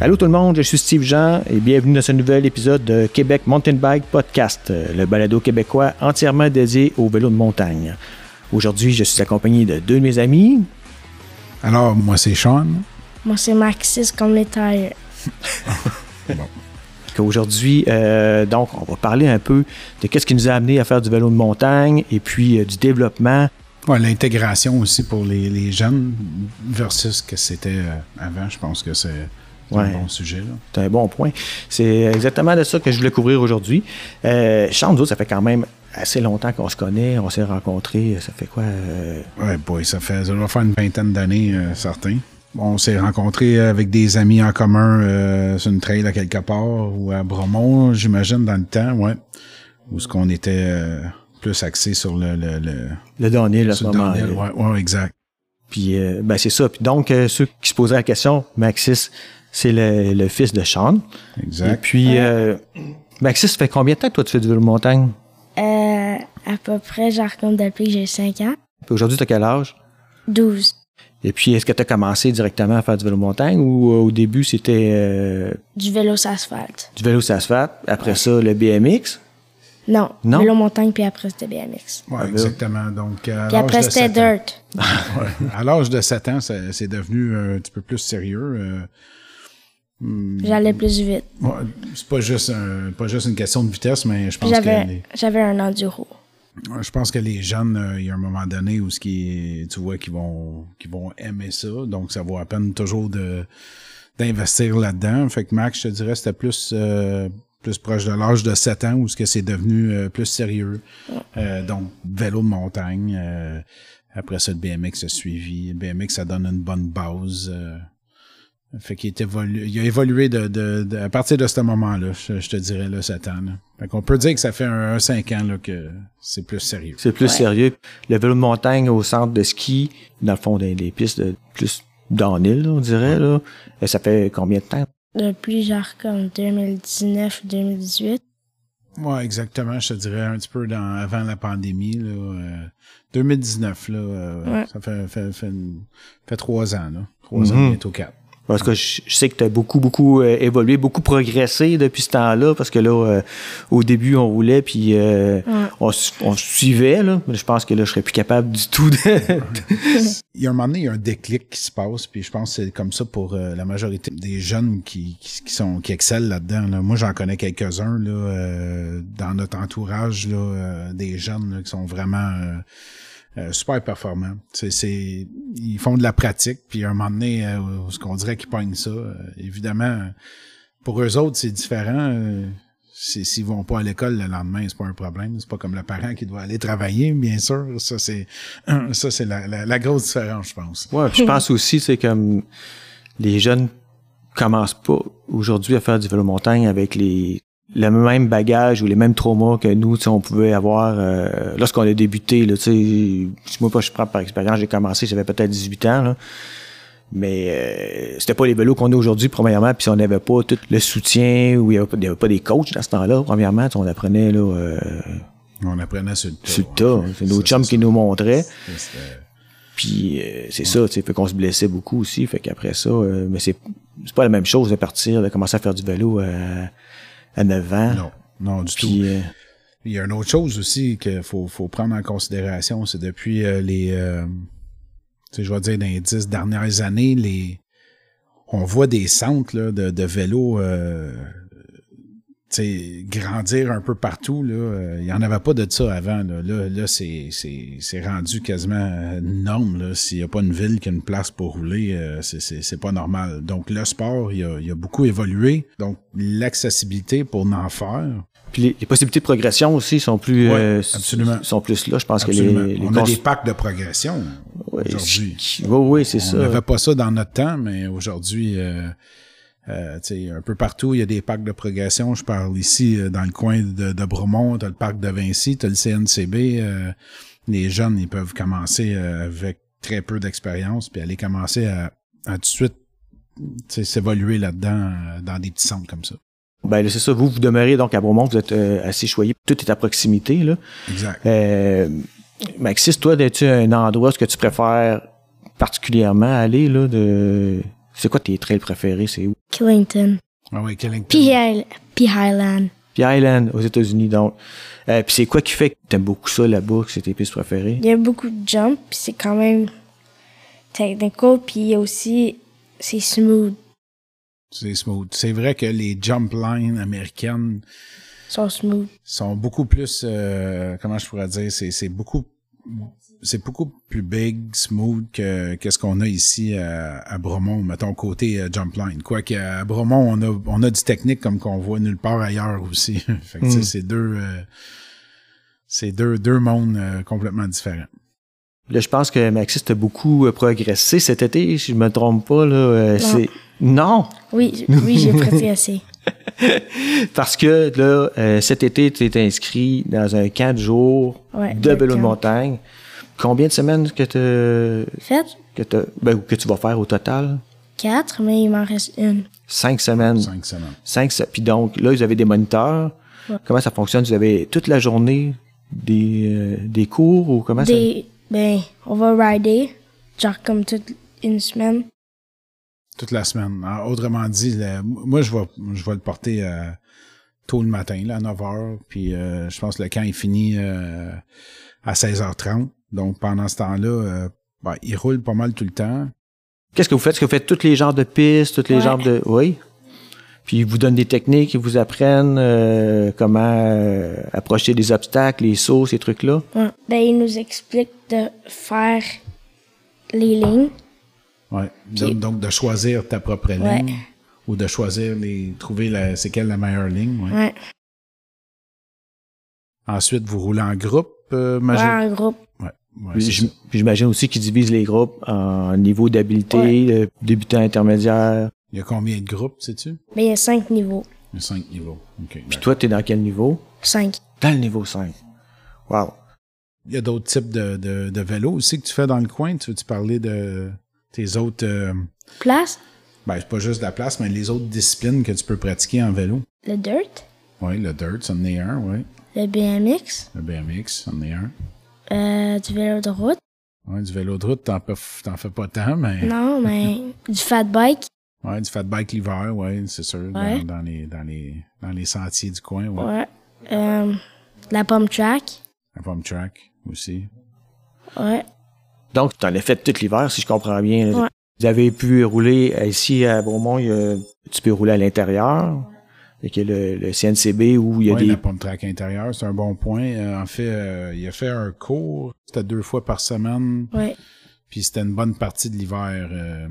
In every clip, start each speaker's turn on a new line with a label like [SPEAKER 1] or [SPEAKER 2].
[SPEAKER 1] Allô tout le monde, je suis Steve Jean et bienvenue dans ce nouvel épisode de Québec Mountain Bike Podcast, euh, le balado québécois entièrement dédié au vélo de montagne. Aujourd'hui, je suis accompagné de deux de mes amis.
[SPEAKER 2] Alors, moi, c'est Sean.
[SPEAKER 3] Moi, c'est Maxis comme les tailleurs.
[SPEAKER 1] Aujourd'hui, euh, donc, on va parler un peu de qu'est-ce qui nous a amené à faire du vélo de montagne et puis euh, du développement.
[SPEAKER 2] Ouais, L'intégration aussi pour les, les jeunes versus ce que c'était euh, avant, je pense que c'est c'est
[SPEAKER 1] Ouais.
[SPEAKER 2] un bon sujet. Là.
[SPEAKER 1] C'est un bon point. C'est exactement de ça que je voulais couvrir aujourd'hui. Euh, Sean, nous autres, ça fait quand même assez longtemps qu'on se connaît, on s'est rencontrés, ça fait quoi? euh,
[SPEAKER 2] Ouais, boy, ça fait ça doit faire une vingtaine d'années, euh, certains. On s'est rencontrés euh, avec des amis en commun euh, sur une trail à quelque part ou à Bromont, j'imagine, dans le temps, ouais. Où ce qu'on était euh, plus axé sur le, le, le,
[SPEAKER 1] le downhill à ce
[SPEAKER 2] sur le
[SPEAKER 1] moment
[SPEAKER 2] downhill. Ouais, ouais, exact.
[SPEAKER 1] Puis euh, ben, c'est ça. Puis donc, euh, ceux qui se posaient la question, Maxis, c'est le, le fils de Sean. Et
[SPEAKER 2] Exact.
[SPEAKER 1] puis, euh, Maxis, ça fait combien de temps que toi tu fais du vélo de montagne?
[SPEAKER 3] Euh, à peu près, genre, comme depuis que j'ai 5 ans.
[SPEAKER 1] Puis aujourd'hui, tu as quel âge?
[SPEAKER 3] 12.
[SPEAKER 1] Et puis, est-ce que tu as commencé directement à faire du vélo de montagne ou euh, au début, c'était euh,
[SPEAKER 3] Du vélo sur asphalte.
[SPEAKER 1] du vélo sur asphalte, après ça, le BMX?
[SPEAKER 3] Non.
[SPEAKER 1] Non.
[SPEAKER 3] Vélo montagne, puis après, c'était BMX.
[SPEAKER 2] Ouais, exactement. Donc, à
[SPEAKER 3] Puis après,
[SPEAKER 2] l'âge de
[SPEAKER 3] c'était
[SPEAKER 2] sept ans-
[SPEAKER 3] dirt.
[SPEAKER 2] À l'âge de 7 ans, ça- c'est devenu un petit peu plus sérieux. euh,
[SPEAKER 3] J'allais plus vite.
[SPEAKER 2] Ouais, c'est pas juste un- pas juste une question de vitesse, mais je
[SPEAKER 3] Puis
[SPEAKER 2] pense que
[SPEAKER 3] j'avais
[SPEAKER 2] les,
[SPEAKER 3] j'avais un enduro.
[SPEAKER 2] ouais, je pense que les jeunes, euh, il y a un moment donné où ce qui tu vois qu'ils vont qu'ils vont aimer ça, donc ça vaut à peine toujours de d'investir là-dedans. Fait que Max, je te dirais, c'était plus euh, plus proche de l'âge de 7 ans où ce que c'est devenu euh, plus sérieux. Euh, donc vélo de montagne. euh, après ça, le BMX a suivi. Le BMX, ça donne une bonne base. euh, fait qu'il est évolu- il a évolué de, de- de- à partir de ce moment-là, je, je te dirais, là, 7 ans. Là. Fait qu'on peut dire que ça fait un, 5 ans là, que c'est plus sérieux.
[SPEAKER 1] C'est plus sérieux. Le vélo de montagne au centre de ski, dans le fond des, des pistes de plus downhill, là, on dirait, là. Et ça fait combien de temps?
[SPEAKER 3] Depuis, genre, comme 2019 ou 2018.
[SPEAKER 2] Ouais, exactement, je te dirais un petit peu dans, avant la pandémie, là, euh, 2019, là, euh,
[SPEAKER 3] Ouais.
[SPEAKER 2] ça fait, fait, fait, une- fait 3 ans, là, 3 ans,
[SPEAKER 1] Mhm.
[SPEAKER 2] bientôt 4.
[SPEAKER 1] Parce que je, je sais que tu as beaucoup, beaucoup euh, évolué, beaucoup progressé depuis ce temps-là, parce que là, euh, au début, on roulait, puis euh, on, su- on se suivait, là. Mais je pense que là, je serais plus capable du tout de...
[SPEAKER 2] il y a un moment donné, il y a un déclic qui se passe, puis je pense que c'est comme ça pour euh, la majorité des jeunes qui, qui, qui sont qui excellent là-dedans. là. Moi, j'en connais quelques-uns là euh, dans notre entourage là, euh, des jeunes là, qui sont vraiment euh, euh, super performants. C'est, c'est, ils font de la pratique, puis à un moment donné, euh, où ce qu'on dirait qu'ils pognent ça. Euh, évidemment, pour eux autres, c'est différent. euh, c'est- S'ils vont pas à l'école le lendemain, c'est pas un problème. C'est pas comme le parent qui doit aller travailler, bien sûr. Ça, c'est ça, c'est la, la, la grosse différence, je pense.
[SPEAKER 1] Ouais, puis je pense aussi, c'est comme les jeunes commencent pas aujourd'hui à faire du vélo montagne avec les le même bagage ou les mêmes traumas que nous, tu sais, on pouvait avoir euh, lorsqu'on a débuté. Là, tu sais, si moi, pas, je prends par expérience, j'ai commencé, j'avais peut-être 18 ans. Là, mais euh, c'était pas les vélos qu'on a aujourd'hui, premièrement, puis on n'avait pas tout le soutien ou il n'y avait, pas- il y avait pas des coachs dans ce temps-là, premièrement, tu sais, on apprenait là, euh,
[SPEAKER 2] On apprenait sur le tas.
[SPEAKER 1] sur le tas. hein. C'est nos
[SPEAKER 2] Ça,
[SPEAKER 1] chums
[SPEAKER 2] ça,
[SPEAKER 1] qui nous montraient.
[SPEAKER 2] ça, c'était-
[SPEAKER 1] Puis euh, c'est ça, tu sais, fait qu'on se blessait beaucoup aussi, fait qu'après ça, euh, mais c'est c'est pas la même chose de partir, de commencer à faire du vélo euh, à 9 ans.
[SPEAKER 2] Non, non, du tout.
[SPEAKER 1] Puis euh,
[SPEAKER 2] Il y a une autre chose aussi qu'il faut, faut prendre en considération, c'est depuis euh, les, euh, tu sais, je vais dire, dans les dix dernières années, les, on voit des centres là, de, de vélos euh, tu sais, grandir un peu partout. Là. Euh, Il n'y en avait pas de ça avant. Là, là, là, c'est, c'est, c'est rendu quasiment euh, une norme. Là. S'il n'y a pas une ville qui a une place pour rouler, euh, c'est, c'est, c'est pas normal. Donc, le sport, il a, il a beaucoup évolué. Donc, l'accessibilité pour en faire,
[SPEAKER 1] puis les, les possibilités de progression aussi sont plus
[SPEAKER 2] Ouais,
[SPEAKER 1] euh, s-
[SPEAKER 2] absolument.
[SPEAKER 1] sont plus là, je pense
[SPEAKER 2] Absolument.
[SPEAKER 1] que les, les
[SPEAKER 2] on a
[SPEAKER 1] cons-
[SPEAKER 2] des packs de progression
[SPEAKER 1] Ouais,
[SPEAKER 2] aujourd'hui.
[SPEAKER 1] qui- oui, oui, c'est
[SPEAKER 2] On
[SPEAKER 1] ça.
[SPEAKER 2] n'avait pas ça dans notre temps, mais aujourd'hui, euh, euh, tu sais, un peu partout, il y a des packs de progression. Je parle ici, euh, dans le coin de, de Bromont, tu le parc de Vinci, tu le CNCB. euh, les jeunes, ils peuvent commencer euh, avec très peu d'expérience, puis aller commencer à, à tout de suite tu sais, s'évoluer là-dedans, euh, dans des petits centres comme ça.
[SPEAKER 1] Ben là, c'est ça, vous vous demeurez donc à Beaumont, vous êtes euh, assez choyé, tout est à proximité là.
[SPEAKER 2] Exact.
[SPEAKER 1] Euh, Maxis, toi, as-tu un endroit où est-ce que tu préfères particulièrement aller là de C'est quoi tes trails préférés? C'est où?
[SPEAKER 3] Killington.
[SPEAKER 2] Ah oui, Kellington.
[SPEAKER 3] Puis, euh, High- puis Highland.
[SPEAKER 1] Puis Highland, aux États-Unis, donc. Euh, puis c'est quoi qui fait que t'aimes beaucoup ça là-bas, que c'est tes pistes préférées?
[SPEAKER 3] Il y a beaucoup de jumps, puis c'est quand même technical, puis il y a aussi, c'est smooth,
[SPEAKER 2] C'est smooth. C'est vrai que les jump lines américaines
[SPEAKER 3] sont smooth.
[SPEAKER 2] sont beaucoup plus, euh, comment je pourrais dire, c'est c'est beaucoup, c'est beaucoup plus big, smooth que qu'est-ce qu'on a ici à, à Bromont, mettons côté euh, jump line. Quoi qu'à Bromont, on a on a du technique comme qu'on voit nulle part ailleurs aussi. fait que tu sais,
[SPEAKER 1] Mm.
[SPEAKER 2] c'est deux, euh, c'est deux deux mondes euh, complètement différents.
[SPEAKER 1] Là, je pense que Maxis t'a beaucoup euh, progressé cet été, si je me trompe pas, là. euh,
[SPEAKER 3] Non.
[SPEAKER 1] c'est... Non!
[SPEAKER 3] Oui, j- oui, j'ai progressé.
[SPEAKER 1] Parce que là, euh, cet été, tu t'es inscrit dans un 4 jours
[SPEAKER 3] Ouais,
[SPEAKER 1] de
[SPEAKER 3] le
[SPEAKER 1] vélo de
[SPEAKER 3] camp.
[SPEAKER 1] montagne. Combien de semaines que tu
[SPEAKER 3] Fait
[SPEAKER 1] que, t'as- ben, ou que tu vas faire au total?
[SPEAKER 3] quatre, mais il m'en reste une.
[SPEAKER 1] Cinq semaines.
[SPEAKER 2] Cinq semaines.
[SPEAKER 1] Cinq, se- Puis donc, là, vous avez des moniteurs. Comment ça fonctionne? Vous avez toute la journée des, euh, des cours ou comment ça?
[SPEAKER 3] Des, ben, on va rider, genre comme toute une semaine.
[SPEAKER 2] Toute la semaine. En- Autrement dit, le- moi, je vais, je vais le porter euh, tôt le matin, là, à 9h. Puis euh, je pense que le camp est fini euh, à 16h30. Donc pendant ce temps-là, euh, ben, il roule pas mal tout le temps.
[SPEAKER 1] Qu'est-ce que vous faites? Est-ce que vous faites tous les genres de pistes, tous les
[SPEAKER 3] Ouais.
[SPEAKER 1] genres de. Oui. Puis ils vous donnent des techniques, ils vous apprennent euh, comment euh, approcher des obstacles, les sauts, ces trucs-là.
[SPEAKER 3] Ouais. Ben, il nous explique de faire les lignes.
[SPEAKER 2] Ouais. Donc, donc, de choisir ta propre ligne.
[SPEAKER 3] Ouais.
[SPEAKER 2] Ou de choisir les. trouver la, c'est quelle la meilleure ligne. ouais.
[SPEAKER 3] Ouais.
[SPEAKER 2] Ensuite, vous roulez en groupe, euh,
[SPEAKER 3] Ouais,
[SPEAKER 2] major-
[SPEAKER 3] en groupe.
[SPEAKER 2] Ouais, ouais,
[SPEAKER 1] Puis
[SPEAKER 2] c'est
[SPEAKER 1] j'im-
[SPEAKER 2] ça.
[SPEAKER 1] puis j'imagine aussi qu'ils divisent les groupes en niveau d'habileté, euh, débutant, intermédiaire.
[SPEAKER 2] Il y a combien de groupes, sais-tu?
[SPEAKER 3] Ben, il y a cinq niveaux.
[SPEAKER 2] Il y a cinq niveaux. OK.
[SPEAKER 1] Puis toi, t'es dans quel niveau?
[SPEAKER 3] Cinq.
[SPEAKER 1] Dans le niveau 5. Wow.
[SPEAKER 2] Il y a d'autres types de, de, de vélos aussi que tu fais dans le coin. Tu veux-tu parler de tes autres. euh,
[SPEAKER 3] Place,
[SPEAKER 2] ben, c'est pas juste la place, mais les autres disciplines que tu peux pratiquer en vélo.
[SPEAKER 3] le dirt,
[SPEAKER 2] Oui, le dirt, ça en est un, oui.
[SPEAKER 3] le BMX,
[SPEAKER 2] Le BMX, ça en est un.
[SPEAKER 3] euh, du vélo de route.
[SPEAKER 2] Ouais, du vélo de route, t'en, peux- t'en fais pas tant, mais.
[SPEAKER 3] Non, mais du fat bike.
[SPEAKER 2] Ouais, du fat bike l'hiver, oui, c'est sûr.
[SPEAKER 3] Ouais.
[SPEAKER 2] Dans, dans les, dans, les, dans les sentiers du coin, ouais.
[SPEAKER 3] Ouais. Euh, la pomme track.
[SPEAKER 2] Un pump track aussi.
[SPEAKER 3] Ouais.
[SPEAKER 1] Donc, t'en as fait tout l'hiver, si je comprends bien.
[SPEAKER 3] Ouais.
[SPEAKER 1] Vous avez pu rouler euh, ici à Beaumont, il y a- tu peux rouler à l'intérieur. Fait que le, le CNCB où il y a
[SPEAKER 2] Oui,
[SPEAKER 1] des.
[SPEAKER 2] la pompe track intérieure, c'est un bon point. Euh, en fait, euh, il a fait un cours, c'était deux fois par semaine.
[SPEAKER 3] Ouais.
[SPEAKER 2] Puis c'était une bonne partie de l'hiver. euh.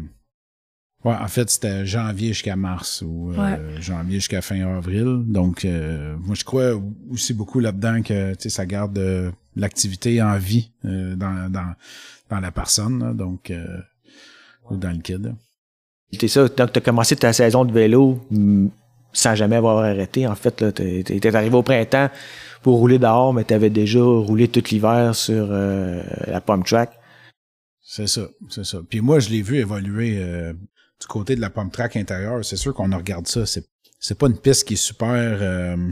[SPEAKER 2] Ouais, en fait, c'était janvier jusqu'à mars ou euh, janvier jusqu'à fin avril. Donc, euh, moi, je crois aussi beaucoup là-dedans que tu sais, ça garde euh, l'activité en vie euh, dans, dans, dans la personne, là, donc euh, ou dans le kid. là.
[SPEAKER 1] C'est ça. Donc, t'as commencé ta saison de vélo hum, sans jamais avoir arrêté. En fait, là, t'es t'es- t'es arrivé au printemps pour rouler dehors, mais t'avais déjà roulé tout l'hiver sur euh, la Palm Track.
[SPEAKER 2] C'est ça, c'est ça. Puis moi, je l'ai vu évoluer euh, du côté de la pompe track intérieure. C'est sûr qu'on regarde ça. C'est c'est pas une piste qui est super. euh, comment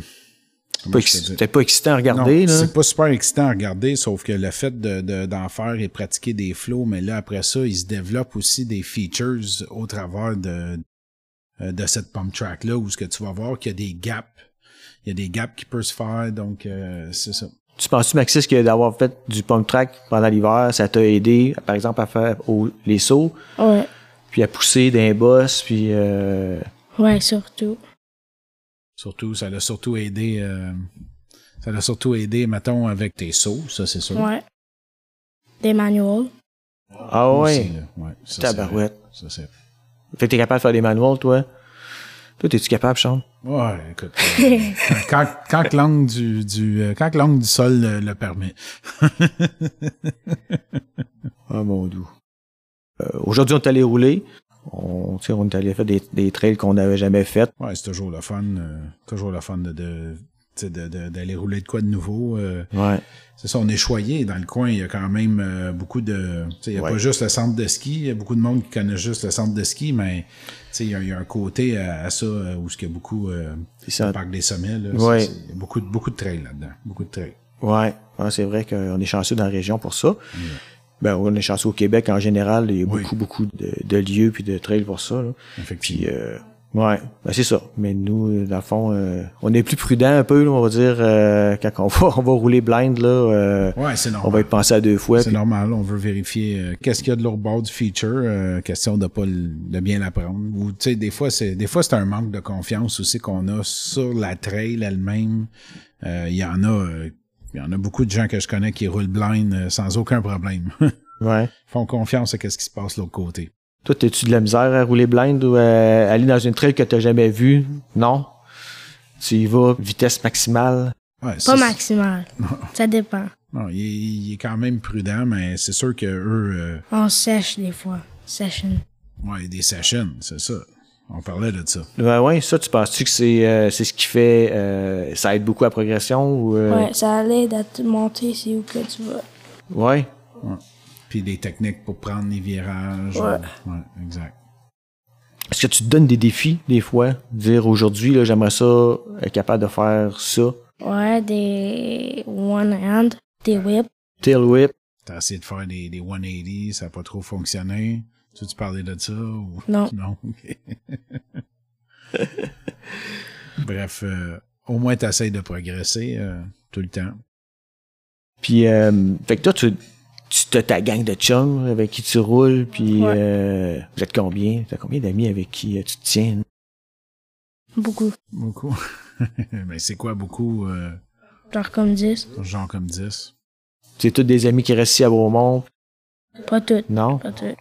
[SPEAKER 1] Pas
[SPEAKER 2] je peux
[SPEAKER 1] exci-
[SPEAKER 2] dire?
[SPEAKER 1] T'es pas excité à regarder,
[SPEAKER 2] Non,
[SPEAKER 1] là.
[SPEAKER 2] C'est pas super excitant à regarder, sauf que le fait de- de- d'en faire et pratiquer des flows, mais là, après ça, il se développe aussi des features au travers de, euh, de cette pump track-là, où ce que tu vas voir qu'il y a des gaps. Il y a des gaps qui peuvent se faire, donc euh, c'est ça.
[SPEAKER 1] Tu penses-tu, Maxis, que d'avoir fait du pump track pendant l'hiver, ça t'a aidé, par exemple, à faire au- les sauts,
[SPEAKER 3] Ouais.
[SPEAKER 1] puis à pousser d'un boss, puis euh,
[SPEAKER 3] Ouais, surtout.
[SPEAKER 2] Surtout, ça l'a surtout aidé. euh, ça l'a surtout aidé, mettons, avec tes sauts, ça c'est sûr.
[SPEAKER 3] Ouais. Des manuals.
[SPEAKER 1] Ah ouais,
[SPEAKER 2] Aussi, là. ouais ça, c'est-
[SPEAKER 1] tabarouette.
[SPEAKER 2] Ça c'est.
[SPEAKER 1] Fait que t'es capable de faire des manuals, toi? Toi, t'es-tu capable, Sean?
[SPEAKER 2] Ouais, écoute. euh, quand quand que l'angle du, du, euh, quand que l'angle du sol le- le permet.
[SPEAKER 1] Ah, mon doux. Euh, Aujourd'hui, on est allé rouler. On, tu sais, on est allé faire des, des trails qu'on n'avait jamais fait.
[SPEAKER 2] Ouais, c'est toujours le fun. euh, toujours le fun de, de, tu sais, de- de- d'aller rouler de quoi de nouveau. euh.
[SPEAKER 1] Ouais.
[SPEAKER 2] c'est ça, on est choyé dans le coin. Il y a quand même euh, beaucoup de. tu sais, Il n'y a
[SPEAKER 1] Ouais.
[SPEAKER 2] pas juste le centre de ski. Il y a beaucoup de monde qui connaît juste le centre de ski, mais tu sais, il y, a- il y a un côté à, à ça euh, où il y a beaucoup. euh,
[SPEAKER 1] C'est ça.
[SPEAKER 2] le parc des sommets. Là,
[SPEAKER 1] Ouais.
[SPEAKER 2] c'est- c'est- il y a beaucoup, de- beaucoup de trails là-dedans. Beaucoup de trails.
[SPEAKER 1] Ah, Ouais, ouais, c'est vrai qu'on est chanceux dans la région pour ça. Ben, on est chanceux au Québec en général. Il y a
[SPEAKER 2] Oui.
[SPEAKER 1] beaucoup, beaucoup de, de lieux puis de trails pour ça. là.
[SPEAKER 2] Effectivement.
[SPEAKER 1] Puis, euh, ouais, ben, c'est ça. Mais nous, dans le fond, euh, on est plus prudent un peu, là, on va dire, euh, quand on va, on va rouler blind, là, euh,
[SPEAKER 2] Ouais, c'est normal.
[SPEAKER 1] on va y penser à deux fois.
[SPEAKER 2] C'est
[SPEAKER 1] puis-
[SPEAKER 2] normal, on veut vérifier euh, qu'est-ce qu'il y a de l'autre bord du feature, euh, question de pas le- de bien l'apprendre. Ou tu sais, des fois c'est des fois c'est un manque de confiance aussi qu'on a sur la trail elle-même. Euh, Il y en a, euh, il y en a beaucoup de gens que je connais qui roulent blind euh, sans aucun problème. Ils
[SPEAKER 1] ouais.
[SPEAKER 2] Font confiance à qu'est-ce qui se passe de l'autre côté.
[SPEAKER 1] Toi, t'as-tu de la misère à rouler blind ou à aller dans une trail que t'as jamais vue? Non. Tu y vas, vitesse maximale.
[SPEAKER 2] Ouais, ça,
[SPEAKER 3] Pas
[SPEAKER 2] c'est-
[SPEAKER 3] maximal. Ça dépend.
[SPEAKER 2] Non, il, il est quand même prudent, mais c'est sûr que eux, euh,
[SPEAKER 3] On sèche des fois. Session.
[SPEAKER 2] ouais, des sessions, c'est ça. On parlait de ça.
[SPEAKER 1] Ben ouais, ça, tu penses-tu que c'est euh, c'est ce qui fait, euh, ça aide beaucoup à la progression ou... euh,
[SPEAKER 3] Ouais, ça l'aide à te monter c'est où que tu vas.
[SPEAKER 1] ouais.
[SPEAKER 2] Puis des techniques pour prendre les virages.
[SPEAKER 3] Ouais.
[SPEAKER 2] ou- ouais exact.
[SPEAKER 1] Est-ce que tu te donnes des défis, des fois? Dire aujourd'hui, là, j'aimerais ça, être capable de faire ça.
[SPEAKER 3] Ouais, des one hand, des whips.
[SPEAKER 1] Tail whip.
[SPEAKER 2] T'as essayé de faire des, des 180, ça n'a pas trop fonctionné. Tu veux-tu parler de ça ou...
[SPEAKER 3] Non.
[SPEAKER 2] Non, ok. Bref, euh, au moins t'essayes de progresser euh, tout le temps.
[SPEAKER 1] Puis, euh, fait que toi, tu, tu as ta gang de chums avec qui tu roules, puis
[SPEAKER 3] Ouais.
[SPEAKER 1] euh, vous êtes combien? T'as combien d'amis avec qui euh, tu te tiens?
[SPEAKER 3] Beaucoup.
[SPEAKER 2] Beaucoup. Mais c'est quoi beaucoup, euh,
[SPEAKER 3] Genre comme 10.
[SPEAKER 2] genre comme 10?
[SPEAKER 1] C'est tous des amis qui restent ici à Beaumont,
[SPEAKER 3] Pas toutes.
[SPEAKER 1] non?
[SPEAKER 3] Pas toutes.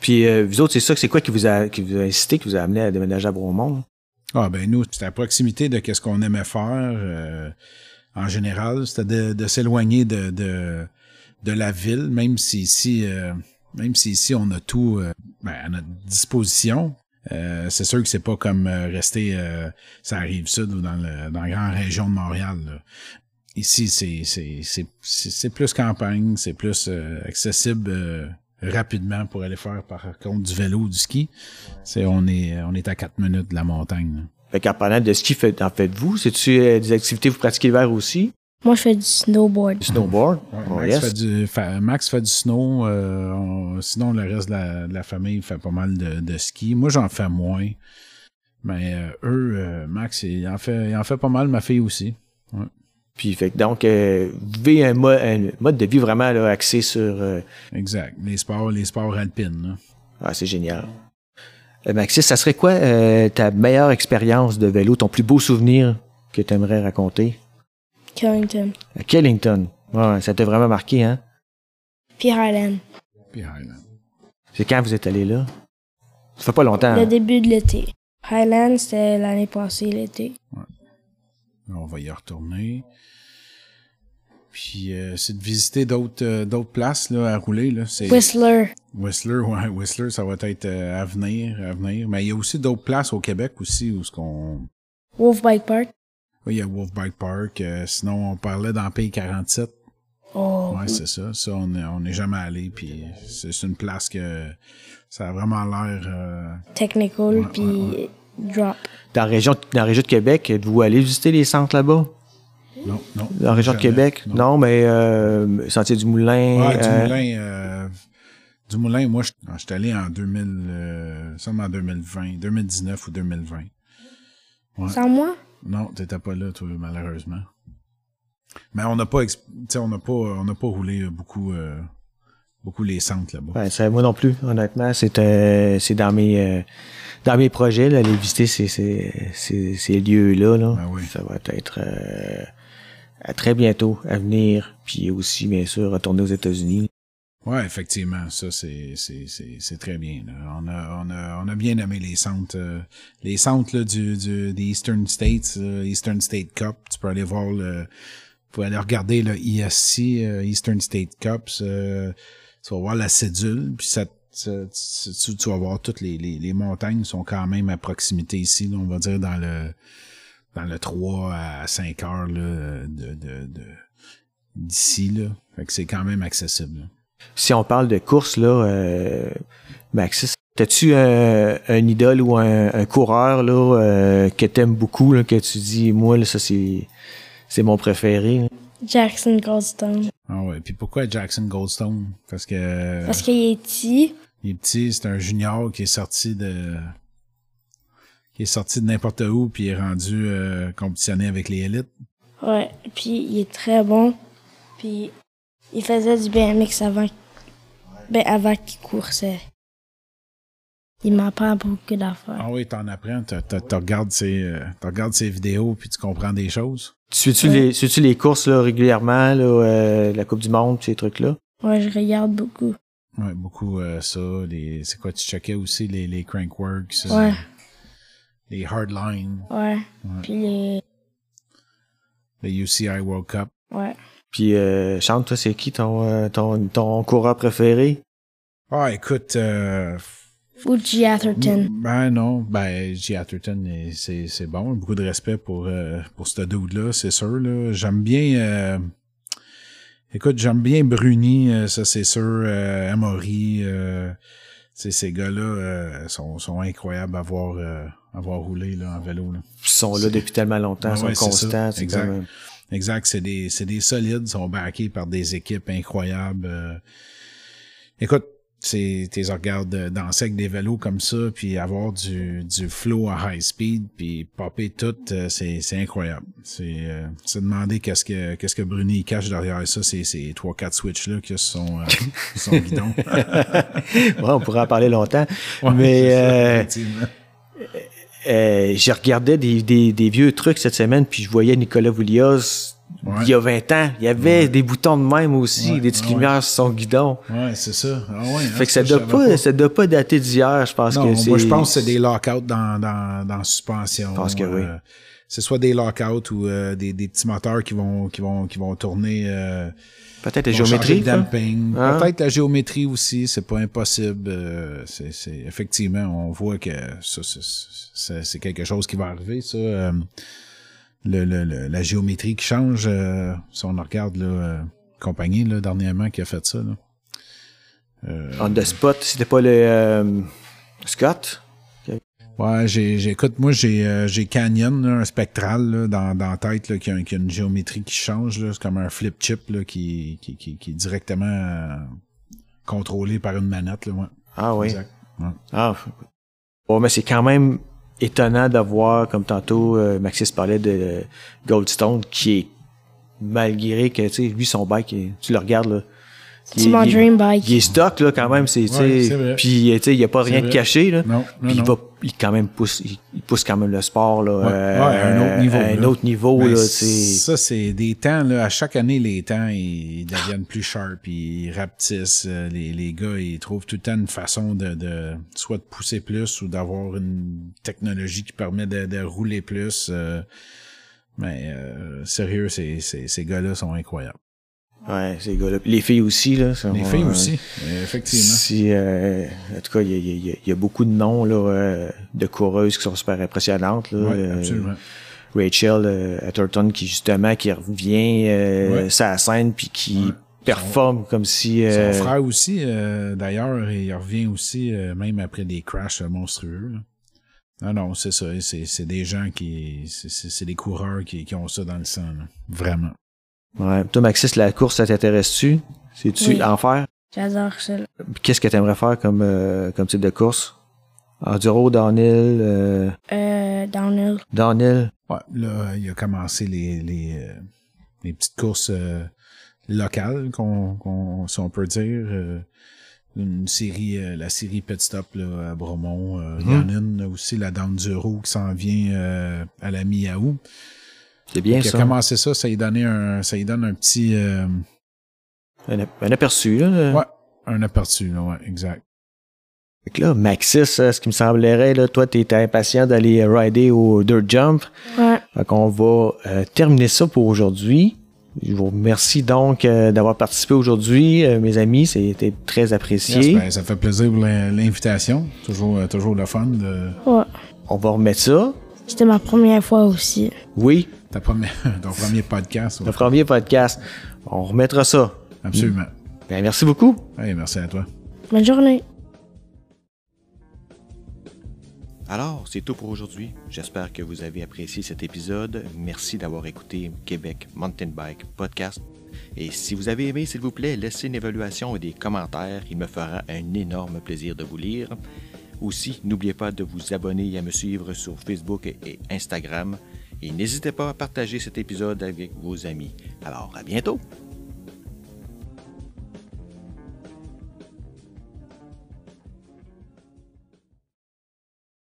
[SPEAKER 1] Puis, euh, vous autres, c'est ça, c'est quoi qui vous, a, qui vous a incité, qui vous a amené à déménager à Beaumont?
[SPEAKER 2] Ah ben nous, c'était à proximité de qu'est-ce qu'on aimait faire euh, en général, c'était de, de s'éloigner de, de de la ville, même si ici, euh, même si ici on a tout euh, ben, à notre disposition. Euh, c'est sûr que c'est pas comme euh, rester euh, ça arrive sud ou dans le dans la grande région de Montréal. là. Ici, c'est c'est c'est c'est c'est plus campagne, c'est plus euh, accessible. euh, rapidement pour aller faire par contre du vélo ou du ski. C'est on est on est à quatre minutes de la montagne. là.
[SPEAKER 1] Fait qu'en parlant de ski, fait, en faites-vous? C'est-tu euh, des activités que vous pratiquez l'hiver aussi?
[SPEAKER 3] Moi, je fais du snowboard.
[SPEAKER 1] Du snowboard?
[SPEAKER 2] Ouais,
[SPEAKER 1] Oh,
[SPEAKER 2] Max,
[SPEAKER 1] yes.
[SPEAKER 2] fait du, fa- Max fait du snow. euh, on- sinon, le reste de la, de la famille fait pas mal de, de ski. Moi, j'en fais moins. Mais euh, eux, euh, Max, il en, fait, il en fait pas mal, ma fille aussi.
[SPEAKER 1] Puis, fait que donc, euh, vous vivez un, mo- un mode de vie vraiment là, axé sur... euh,
[SPEAKER 2] Exact. Les sports, les sports alpines. là.
[SPEAKER 1] Ah, c'est génial. Euh, Maxis, ça serait quoi euh, ta meilleure expérience de vélo, ton plus beau souvenir que tu aimerais raconter?
[SPEAKER 3] Currington.
[SPEAKER 1] À Kellington. Ouais, ça t'a vraiment marqué, hein?
[SPEAKER 3] Puis Highland.
[SPEAKER 2] Puis ah, Highland.
[SPEAKER 1] C'est quand vous êtes allé là? Ça fait pas longtemps.
[SPEAKER 2] Ah.
[SPEAKER 3] Le
[SPEAKER 1] hein?
[SPEAKER 3] début de l'été. Highland, c'était l'année passée, l'été.
[SPEAKER 2] On va y retourner. Puis euh, c'est de visiter d'autres euh, d'autres places là, à rouler. Là. C'est-
[SPEAKER 3] Whistler.
[SPEAKER 2] Whistler, ouais, Whistler, ça va être euh, à venir, à venir. Mais il y a aussi d'autres places au Québec aussi où ce qu'on
[SPEAKER 3] Wolf Bike Park.
[SPEAKER 2] Oui, il y a Wolfbike Park. euh, sinon, on parlait dans P47.
[SPEAKER 3] Oh.
[SPEAKER 1] Mhm.
[SPEAKER 2] Ouais, c'est ça. Ça, on n'est on est jamais allé. Puis c'est c'est une place que ça a vraiment l'air. euh,
[SPEAKER 3] Technical,
[SPEAKER 2] Ouais,
[SPEAKER 3] puis
[SPEAKER 2] ouais,
[SPEAKER 3] Drop.
[SPEAKER 1] Dans, la région, dans la région de Québec, êtes-vous allé visiter les centres là-bas?
[SPEAKER 2] non, non.
[SPEAKER 1] Dans la région de
[SPEAKER 2] Jamais.
[SPEAKER 1] Québec? Non, mais euh, Sentier du Moulin.
[SPEAKER 2] Ouais,
[SPEAKER 1] euh,
[SPEAKER 2] Dumoulin, euh, Dumoulin, moi, je je suis allé en 2000, euh, ça, en 2020, 2019 ou 2020. Ouais.
[SPEAKER 3] Sans moi?
[SPEAKER 2] Non, t'étais pas là, toi, malheureusement. Mais on n'a pas, exp- tu sais, on n'a pas, on n'a pas roulé beaucoup, euh, beaucoup les centres là-bas.
[SPEAKER 1] ouais, ça, moi non plus, honnêtement. C'est euh, c'est dans mes euh, dans mes projets, là, aller visiter ces, ces, ces, ces lieux-là. Là.
[SPEAKER 2] Ah oui.
[SPEAKER 1] Ça va être euh, à très bientôt à venir. Puis aussi, bien sûr, retourner aux États-Unis.
[SPEAKER 2] Ouais, effectivement, ça c'est c'est c'est c'est très bien. là. On a on a on a bien nommé les centres euh, les centres là, du du des Eastern States, euh, Eastern State Cup. Tu peux aller voir le tu peux aller regarder le ESC euh, Eastern State Cup. euh, tu vas voir la cédule, puis ça, ça- tu, tu- tu vas voir toutes les, les les montagnes sont quand même à proximité ici. là, on va dire dans le dans le 3 à 5 heures là, de de de d'ici là. Fait que c'est quand même accessible. là.
[SPEAKER 1] Si on parle de course, là, euh, Maxis, t'as-tu un, un idole ou un, un coureur là, euh, que t'aimes beaucoup, là, que tu dis, moi, là, ça c'est c'est mon préféré? là?
[SPEAKER 3] Jackson Goldstone.
[SPEAKER 2] Ah ouais. Puis pourquoi Jackson Goldstone? Parce que.
[SPEAKER 3] Parce qu'il est petit.
[SPEAKER 2] Il est petit, c'est un junior qui est sorti de. qui est sorti de n'importe où, puis il est rendu euh, compétitionné avec les élites.
[SPEAKER 3] Ouais. Puis il est très bon. Puis il faisait du BMX avant, ben, avant qu'il coursait. Il m'apprend beaucoup d'affaires.
[SPEAKER 2] Ah oui, t'en apprends, t'as- t'as- t'as regardes ses, euh, t'as regardes ses vidéos, puis tu comprends des choses.
[SPEAKER 1] Tu suis-tu
[SPEAKER 3] Ouais.
[SPEAKER 1] les, suis-tu les courses là, régulièrement, là, euh, la Coupe du Monde, ces trucs-là?
[SPEAKER 3] Ouais, je regarde beaucoup.
[SPEAKER 2] Ouais, beaucoup euh, ça. Les, c'est quoi, tu checkais aussi les, les crankworks, euh,
[SPEAKER 3] Ouais.
[SPEAKER 2] les hardlines,
[SPEAKER 3] Ouais. Puis les.
[SPEAKER 2] les UCI World Cup.
[SPEAKER 3] Ouais.
[SPEAKER 1] Puis, euh, Chante, toi, c'est qui ton, euh, ton, ton coureur préféré?
[SPEAKER 2] Ah, écoute, euh,
[SPEAKER 3] Ou G. Atherton.
[SPEAKER 2] Ben non, ben J. Atherton, il- c'est c'est bon. Beaucoup de respect pour, euh, pour ce dude-là, c'est sûr. là. J'aime bien... euh, écoute, j'aime bien Bruni, euh, ça c'est sûr. euh, Amaury, euh, tu sais, ces gars-là euh, sont, sont incroyables à voir, euh, à voir rouler là, en vélo. là.
[SPEAKER 1] Ils sont là depuis tellement longtemps,
[SPEAKER 2] Ouais,
[SPEAKER 1] ils sont
[SPEAKER 2] ouais, c'est ça.
[SPEAKER 1] constants. c'est
[SPEAKER 2] Exact.
[SPEAKER 1] comme, euh,
[SPEAKER 2] Exact, c'est des, c'est des solides, ils sont backés par des équipes incroyables. euh. Écoute, c'est, t'es regardes euh, danser avec des vélos comme ça, puis avoir du, du flow à high speed, puis popper tout, euh, c'est, c'est incroyable. C'est, euh, c'est demander qu'est-ce que, qu'est-ce que Bruni il cache derrière ça, c'est ces trois, quatre switches là qui sont, euh, sur son guidon.
[SPEAKER 1] ouais, on pourrait en parler longtemps.
[SPEAKER 2] Ouais,
[SPEAKER 1] Mais
[SPEAKER 2] c'est ça,
[SPEAKER 1] euh,
[SPEAKER 2] effectivement.
[SPEAKER 1] euh, je regardais des, des, des vieux trucs cette semaine, puis je voyais Nicolas Voulias
[SPEAKER 2] Ouais.
[SPEAKER 1] il y a 20 ans. Il y avait des boutons de même aussi,
[SPEAKER 2] Ouais,
[SPEAKER 1] des petites
[SPEAKER 2] ouais, ouais.
[SPEAKER 1] lumières sur son guidon.
[SPEAKER 2] Ouais, c'est ça. Ah ouais, hein,
[SPEAKER 1] fait que ça ne
[SPEAKER 2] je
[SPEAKER 1] doit,
[SPEAKER 2] savais
[SPEAKER 1] pas- ça doit pas dater d'hier, je pense
[SPEAKER 2] Non,
[SPEAKER 1] que c'est.
[SPEAKER 2] moi je pense que c'est des lockouts dans, dans, dans suspension. Je
[SPEAKER 1] pense que oui.
[SPEAKER 2] c'est soit des lockouts ou euh, des, des petits moteurs qui vont qui vont qui vont tourner euh,
[SPEAKER 1] Peut-être la
[SPEAKER 2] vont changer
[SPEAKER 1] géométrie.
[SPEAKER 2] de
[SPEAKER 1] quoi.
[SPEAKER 2] damping.
[SPEAKER 1] Hein?
[SPEAKER 2] Peut-être la géométrie aussi, c'est pas impossible. euh, c'est, c'est- effectivement, on voit que ça, c'est- c'est, c'est quelque chose qui va arriver. Ça, euh, le, le- le- la géométrie qui change. euh, si on regarde la compagnie là, dernièrement qui a fait ça. là. Euh,
[SPEAKER 1] On the spot, c'était pas le euh, Scott?
[SPEAKER 2] Ouais, j'ai, j'écoute, moi, j'ai, euh, j'ai Canyon, là, un spectral, là, dans, dans la tête, là, qui, a, qui a une géométrie qui change, là. C'est comme un flip chip, là, qui, qui, qui, qui est directement euh, contrôlé par une manette, là, ouais.
[SPEAKER 1] Ah oui.
[SPEAKER 2] Exact. Ouais.
[SPEAKER 1] Ah. Bon, mais c'est quand même étonnant de voir, comme tantôt, euh, Maxis parlait de Goldstone, qui est, malgré que, tu sais, lui, son bike, il- tu le regardes, là. il
[SPEAKER 3] C'est
[SPEAKER 1] est-
[SPEAKER 3] mon
[SPEAKER 1] il est-
[SPEAKER 3] dream bike.
[SPEAKER 1] Il est stock, là, quand même. C'est, tu
[SPEAKER 2] Ouais,
[SPEAKER 1] sais,
[SPEAKER 2] c'est vrai.
[SPEAKER 1] puis, euh, tu sais, il n'y a pas rien de
[SPEAKER 2] vrai.
[SPEAKER 1] caché, là.
[SPEAKER 2] Non, non,
[SPEAKER 1] Puis il
[SPEAKER 2] non.
[SPEAKER 1] va, il quand même pousse, il, il pousse quand même le sport, là.
[SPEAKER 2] Ouais,
[SPEAKER 1] euh,
[SPEAKER 2] ouais, à un autre niveau,
[SPEAKER 1] à un
[SPEAKER 2] là.
[SPEAKER 1] autre niveau,
[SPEAKER 2] Ben,
[SPEAKER 1] là, tu sais.
[SPEAKER 2] ça, c'est des temps, là. À chaque année, les temps, ils deviennent plus sharp, ils rapetissent. euh, Les, les gars, ils trouvent tout le temps une façon de, de soit de pousser plus ou d'avoir une technologie qui permet de, de rouler plus. euh, mais euh, sérieux, ces, ces, ces gars-là sont incroyables.
[SPEAKER 1] Ouais, ces gars-là. Puis Les filles aussi, là. ça,
[SPEAKER 2] Les
[SPEAKER 1] on-
[SPEAKER 2] filles
[SPEAKER 1] euh,
[SPEAKER 2] aussi, effectivement.
[SPEAKER 1] Si, euh, en tout cas, il y a- il y, a- il y a beaucoup de noms là, euh, de coureuses qui sont super impressionnantes. Là,
[SPEAKER 2] Ouais,
[SPEAKER 1] Euh,
[SPEAKER 2] absolument.
[SPEAKER 1] Rachel euh, Atherton qui justement qui revient euh,
[SPEAKER 2] Ouais.
[SPEAKER 1] sa scène puis qui
[SPEAKER 2] Ouais.
[SPEAKER 1] performe comme si euh,
[SPEAKER 2] Son frère aussi, euh, d'ailleurs, il revient aussi, euh, même après des crashs euh, monstrueux. là. Non, non, c'est ça. C'est c'est des gens qui. c'est- C'est c'est des coureurs qui, qui ont ça dans le sang, là. Vraiment.
[SPEAKER 1] ouais. toi Maxis la course ça t'intéresse-tu sais-tu
[SPEAKER 3] Oui.
[SPEAKER 1] en faire
[SPEAKER 3] J'adore ça.
[SPEAKER 1] qu'est-ce que t'aimerais faire comme euh, comme type de course enduro downhill euh,
[SPEAKER 3] Euh, downhill.
[SPEAKER 1] downhill
[SPEAKER 2] Ouais, là, il a commencé les, les, euh, les petites courses euh, locales, qu'on, qu'on- si on peut dire. euh, une série, euh, la série Pit Stop là, à Bromont. euh, Il y en a une là, aussi, la Denduro, qui s'en vient euh, à la mi-août.
[SPEAKER 1] c'est bien
[SPEAKER 2] Qui a
[SPEAKER 1] ça
[SPEAKER 2] commencé ça, ça lui donnait un, ça lui donne un petit, euh,
[SPEAKER 1] un, ap- un aperçu là, euh. là.
[SPEAKER 2] ouais, un aperçu, là, ouais, exact.
[SPEAKER 1] Fait que là, Maxis, euh, ce qui me semblerait, là, toi, tu étais impatient d'aller euh, rider au Dirt Jump.
[SPEAKER 3] Ouais.
[SPEAKER 1] Fait qu'on va euh, terminer ça pour aujourd'hui. Je vous remercie donc euh, d'avoir participé aujourd'hui, euh, mes amis. C'était très apprécié.
[SPEAKER 2] Yes, ben, ça fait plaisir pour l'in- l'invitation. Toujours, euh, toujours le fun de
[SPEAKER 3] Ouais.
[SPEAKER 1] On va remettre ça.
[SPEAKER 3] C'était ma première fois aussi.
[SPEAKER 1] Oui,
[SPEAKER 2] ta première, ton premier podcast. ouais.
[SPEAKER 1] le premier podcast. On remettra ça.
[SPEAKER 2] Absolument.
[SPEAKER 1] Ben, merci beaucoup.
[SPEAKER 2] Hey, merci à toi.
[SPEAKER 3] Bonne journée.
[SPEAKER 1] Alors, c'est tout pour aujourd'hui. J'espère que vous avez apprécié cet épisode. Merci d'avoir écouté Québec Mountain Bike Podcast. Et si vous avez aimé, s'il vous plaît, laissez une évaluation et des commentaires. Il me fera un énorme plaisir de vous lire. Aussi, n'oubliez pas de vous abonner et à me suivre sur Facebook et Instagram. Et n'hésitez pas à partager cet épisode avec vos amis. Alors, à bientôt!